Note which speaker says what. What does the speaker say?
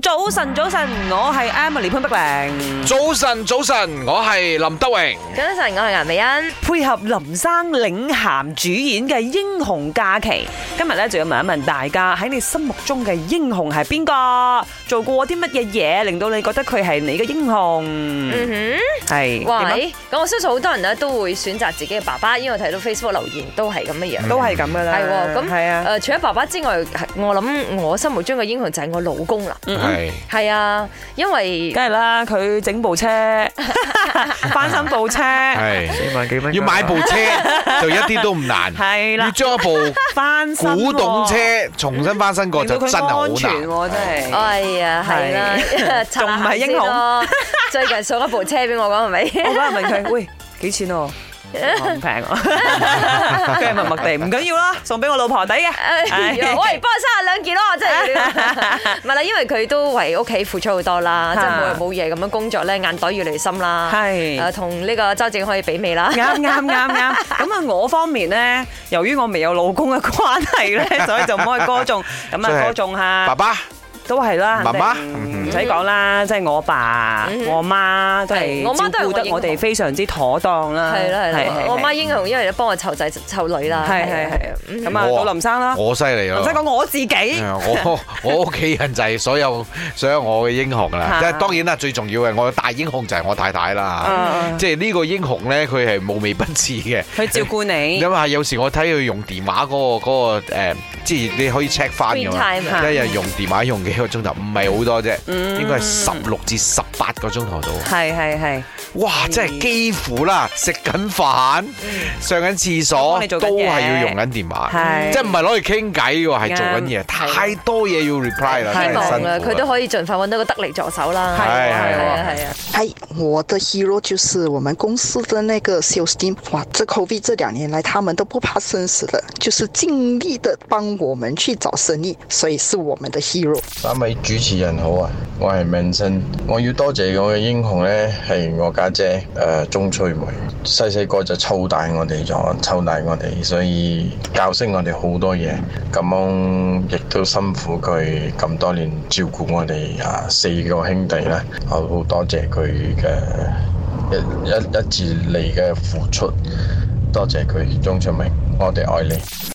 Speaker 1: 早晨，早晨，我係 Emily 潘碧玲，
Speaker 2: 早晨，早晨，我係林德榮。
Speaker 3: 早晨，我係顏美欣。
Speaker 1: 配合林生領銜主演嘅《英雄假期》，今日咧就要問一問大家喺你心目中嘅英雄係邊個？做過啲乜嘢嘢令到你覺得佢係你嘅英雄？
Speaker 3: 嗯
Speaker 1: 係
Speaker 3: 哼，
Speaker 1: 點啊
Speaker 3: 喂，咁我相信好多人咧都會選擇自己嘅爸爸，因為我睇到 Facebook 留言都係咁嘅樣。
Speaker 1: 都係咁噶啦，
Speaker 3: 係喎，咁
Speaker 1: 係啊，
Speaker 3: 誒，除咗爸爸之外，係我諗我心目中嘅英雄就係我老公啦。
Speaker 1: 嗯嗯
Speaker 2: 係
Speaker 3: 係啊，因為
Speaker 1: 梗係啦，佢整 部車，翻新部車，
Speaker 2: 係，
Speaker 4: 四萬幾蚊㗎，
Speaker 2: 要買部車就一啲都唔難，
Speaker 1: 係啦
Speaker 2: 要，將一部
Speaker 1: 翻新喎
Speaker 2: 古 董車重新翻新過
Speaker 1: 令
Speaker 2: 就
Speaker 1: 到
Speaker 2: 真
Speaker 1: 佢
Speaker 2: 係好
Speaker 1: 安全
Speaker 2: 難。
Speaker 1: 喎，真係。
Speaker 3: 哎呀，係 啦，
Speaker 1: 仲唔係英雄
Speaker 3: 刷下先咯？ 最近送一部車俾我講係 咪？
Speaker 1: 我嗰日問佢：喂，幾錢啊？我唔平 啊！佢係默默地唔緊要啦，送俾我老婆抵嘅。
Speaker 3: 哎呀喂，幫我生下兩件咯，真係要。 唔係啦，因為佢都為屋企付出好多啦，即係冇冇嘢咁樣工作咧，眼袋越嚟越深啦。
Speaker 1: 係
Speaker 3: 誒，同呢個周正可以媲美啦。
Speaker 1: 啱啱啱啱，咁啊我方面咧，由於我未有老公嘅關係 咧，所以就唔可以歌頌，咁
Speaker 2: 所以
Speaker 1: 啊
Speaker 2: 係
Speaker 1: 歌頌下
Speaker 2: 爸，爸
Speaker 1: 都係啦，
Speaker 2: 媽媽
Speaker 1: 肯定唔使講啦，即係我爸、我媽都係
Speaker 3: 係我媽都係
Speaker 1: 照顧
Speaker 3: 我
Speaker 1: 得
Speaker 3: 英雄
Speaker 1: 我哋非常之妥當
Speaker 2: 啊
Speaker 1: 啦，
Speaker 3: 係啦係啦
Speaker 1: 係，
Speaker 3: 我媽英雄，因為幫我湊仔湊女啦。
Speaker 1: 係係係，咁啊
Speaker 2: 我啊
Speaker 1: 到林生啦，
Speaker 2: 我犀利咯嗯
Speaker 1: 林。生講我自己。
Speaker 2: 我 我屋企人就係所有 所有我嘅英雄啦，
Speaker 1: 嚇
Speaker 2: 即係當然啦，最重要嘅我嘅大英雄就係我太太啦
Speaker 1: 嗯。
Speaker 2: 即係呢個英雄咧，佢係無微不至嘅。
Speaker 1: 佢照顧你，
Speaker 2: 因為有時我睇佢用電話嗰、個嗰、個誒即係你可以 check 翻㗎
Speaker 3: Screen
Speaker 2: 嘛，
Speaker 3: time
Speaker 2: 一日用電話用幾個鐘頭，唔係好多啫，
Speaker 1: 嗯
Speaker 2: 應該係十六至十八個鐘頭到。
Speaker 1: 係係係。
Speaker 2: 哇！真係幾乎啦，食緊飯、上緊廁
Speaker 1: 我
Speaker 2: 所
Speaker 1: 幫你做緊嘢
Speaker 2: 都係要用緊電話，
Speaker 1: 係
Speaker 2: 即係唔係攞嚟傾偈喎，係做緊
Speaker 1: 啱
Speaker 2: 嘢，太多嘢要 reply 啦，
Speaker 3: 希
Speaker 2: 真係辛
Speaker 3: 望
Speaker 2: 苦啊
Speaker 3: 啦，
Speaker 2: 啦
Speaker 3: 佢都可以盡快揾到個得力助手啦。
Speaker 2: 係係
Speaker 3: 啊
Speaker 2: 係
Speaker 3: 啊係啊。
Speaker 5: 哎，我的 hero 就是我们公司的那个 sales team。哇，这 COVID 这两年来，他们都不怕生死的，就是尽力的帮我们去找生意，所以是我们的 hero。
Speaker 6: 三位主持人好啊，我係明生，我要多謝我嘅英雄呢，係我家姐誒鐘翠梅，細細個就湊大我哋咗，湊大我哋，所以教識我哋好多嘢，咁樣亦都辛苦佢咁多年照顧我哋啊四個兄弟啦，我好多謝佢嘅一一一直嚟嘅付出，多謝佢鐘翠梅，我哋愛你。